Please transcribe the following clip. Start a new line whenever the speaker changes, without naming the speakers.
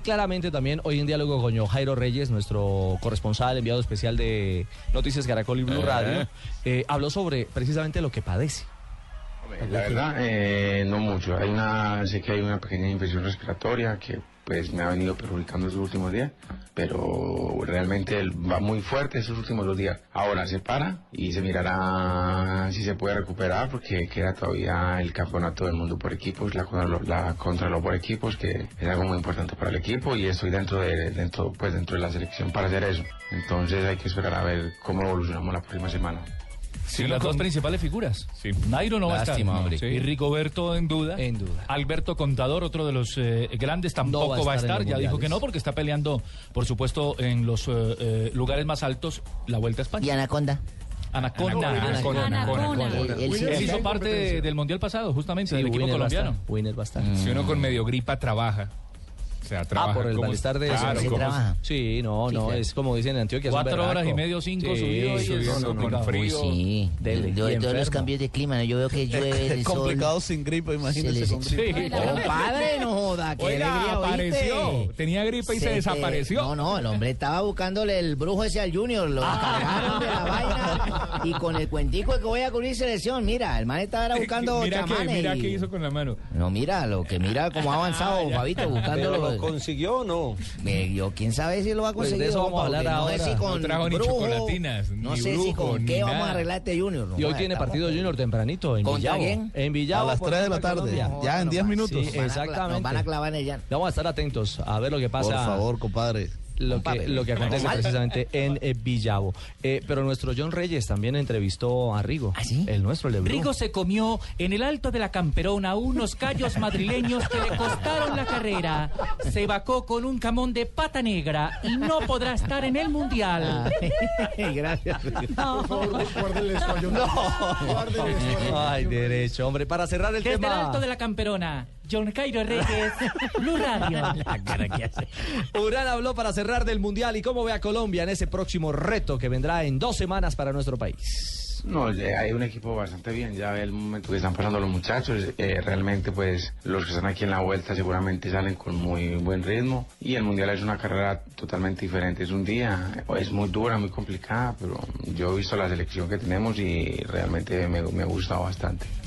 Claramente también hoy en diálogo con Jairo Reyes, nuestro corresponsal, enviado especial de Noticias Caracol y Blue Radio, eh, habló sobre precisamente lo que padece.
La verdad, eh, no mucho. Hay una, sé que hay una pequeña infección respiratoria que pues me ha venido perjudicando estos últimos días, pero realmente él va muy fuerte estos últimos dos días. Ahora se para y se mirará si se puede recuperar porque queda todavía el campeonato del mundo por equipos, la, contralo- la contralor por equipos, que es algo muy importante para el equipo y estoy dentro de, dentro, pues dentro de la selección para hacer eso. Entonces hay que esperar a ver cómo evolucionamos la próxima semana.
Sí, las dos principales figuras. Nairo no
Lástima,
va a
hombre.
estar. Y Rigoberto en duda.
En duda.
Alberto Contador, otro de los eh, grandes, tampoco va a estar.
en los
ya dijo que
mundiales.
no, porque está peleando, por supuesto, en los eh, eh, lugares más altos la Vuelta a España.
Y Anaconda.
Anaconda.
Anaconda. Anaconda. Él- él sí
Él
está-
hizo parte del Mundial pasado, justamente,
Sí,
del equipo
Winner va a estar,
colombiano. Mm.
Winner va a estar.
Si uno con medio gripa trabaja. O sea, trabaja.
Ah, por el
como-
malestar de
Claro,
se
como-
trabaja.
Sí, no,
Ah. Sí,
no,
claro.
es como dicen en Antioquia. es un
Cuatro horas
berraco.
y medio, cinco,
Sí,
subido. y
subido,
es
no, con
complicado.
frío.
Uy, sí.
Dele,
Lo de
y
todos los
enfermo.
cambios de clima, ¿no? Yo veo que llueve, el sol.
Complicado sin gripe,
se
imagínese
les-
con gripe.
Sí.
Compadre, no joda, qué
Oiga,
alegría, ¿oíste?
apareció. Tenía gripa y se,
te-
desapareció.
No, no, el hombre estaba buscándole el brujo ese al Junior, lo cargaron de la vaina y con el cuentico de que voy a cubrir selección, mira, el man estaba era buscando
mira que,
chamanes
mira
y-
qué hizo con la mano.
No, mira, lo que mira cómo ha avanzado Fabito buscando
¿Pero lo
los-
consiguió o no?
Me- yo, quién sabe si lo va a
Pues de
conseguir.
eso vamos a
compa,
hablar
porque no sé
ahora.
si con
No trajo ni
brujo,
chocolatinas,
No
ni
sé si
brujo,
con
ni
qué vamos a
nada.
arreglar este Junior. no
Y hoy
joda,
tiene
estamos-
partido Junior tempranito en
¿Contra
Villavo.
quién?
En Villavo.
A las 3 de la tarde,
Colombia.
ya en 10 minutos.
Sí,
Nos van a cla-
exactamente.
Nos van a clavar en el llano.
Vamos a estar atentos a ver lo que
Por
pasa.
favor, compadre.
lo que, lo que acontece precisamente en eh, Villavo. Eh, pero nuestro John Reyes también entrevistó a Rigo.
¿Ah, sí?
El nuestro, el de Blue.
Rigo se comió en el alto de la Camperona unos callos madrileños que le costaron la carrera. Se vacó con un camón de pata negra y no podrá estar en el mundial.
Gracias.
Ay, derecho, hombre. Para cerrar el
Desde el
tema.
alto de la Camperona, John Cairo Reyes, Blue Radio.
Urán habló para cerrar del Mundial y cómo ve a Colombia en ese próximo reto que vendrá en dos semanas para nuestro país.
No, eh, hay un equipo bastante bien, ya ve el momento que están pasando los muchachos, eh, realmente pues los que están aquí en la vuelta seguramente salen con muy buen ritmo y el Mundial es una carrera totalmente diferente, es un día, eh, es muy dura, muy complicada, pero yo he visto la selección que tenemos y realmente me, me ha gustado bastante.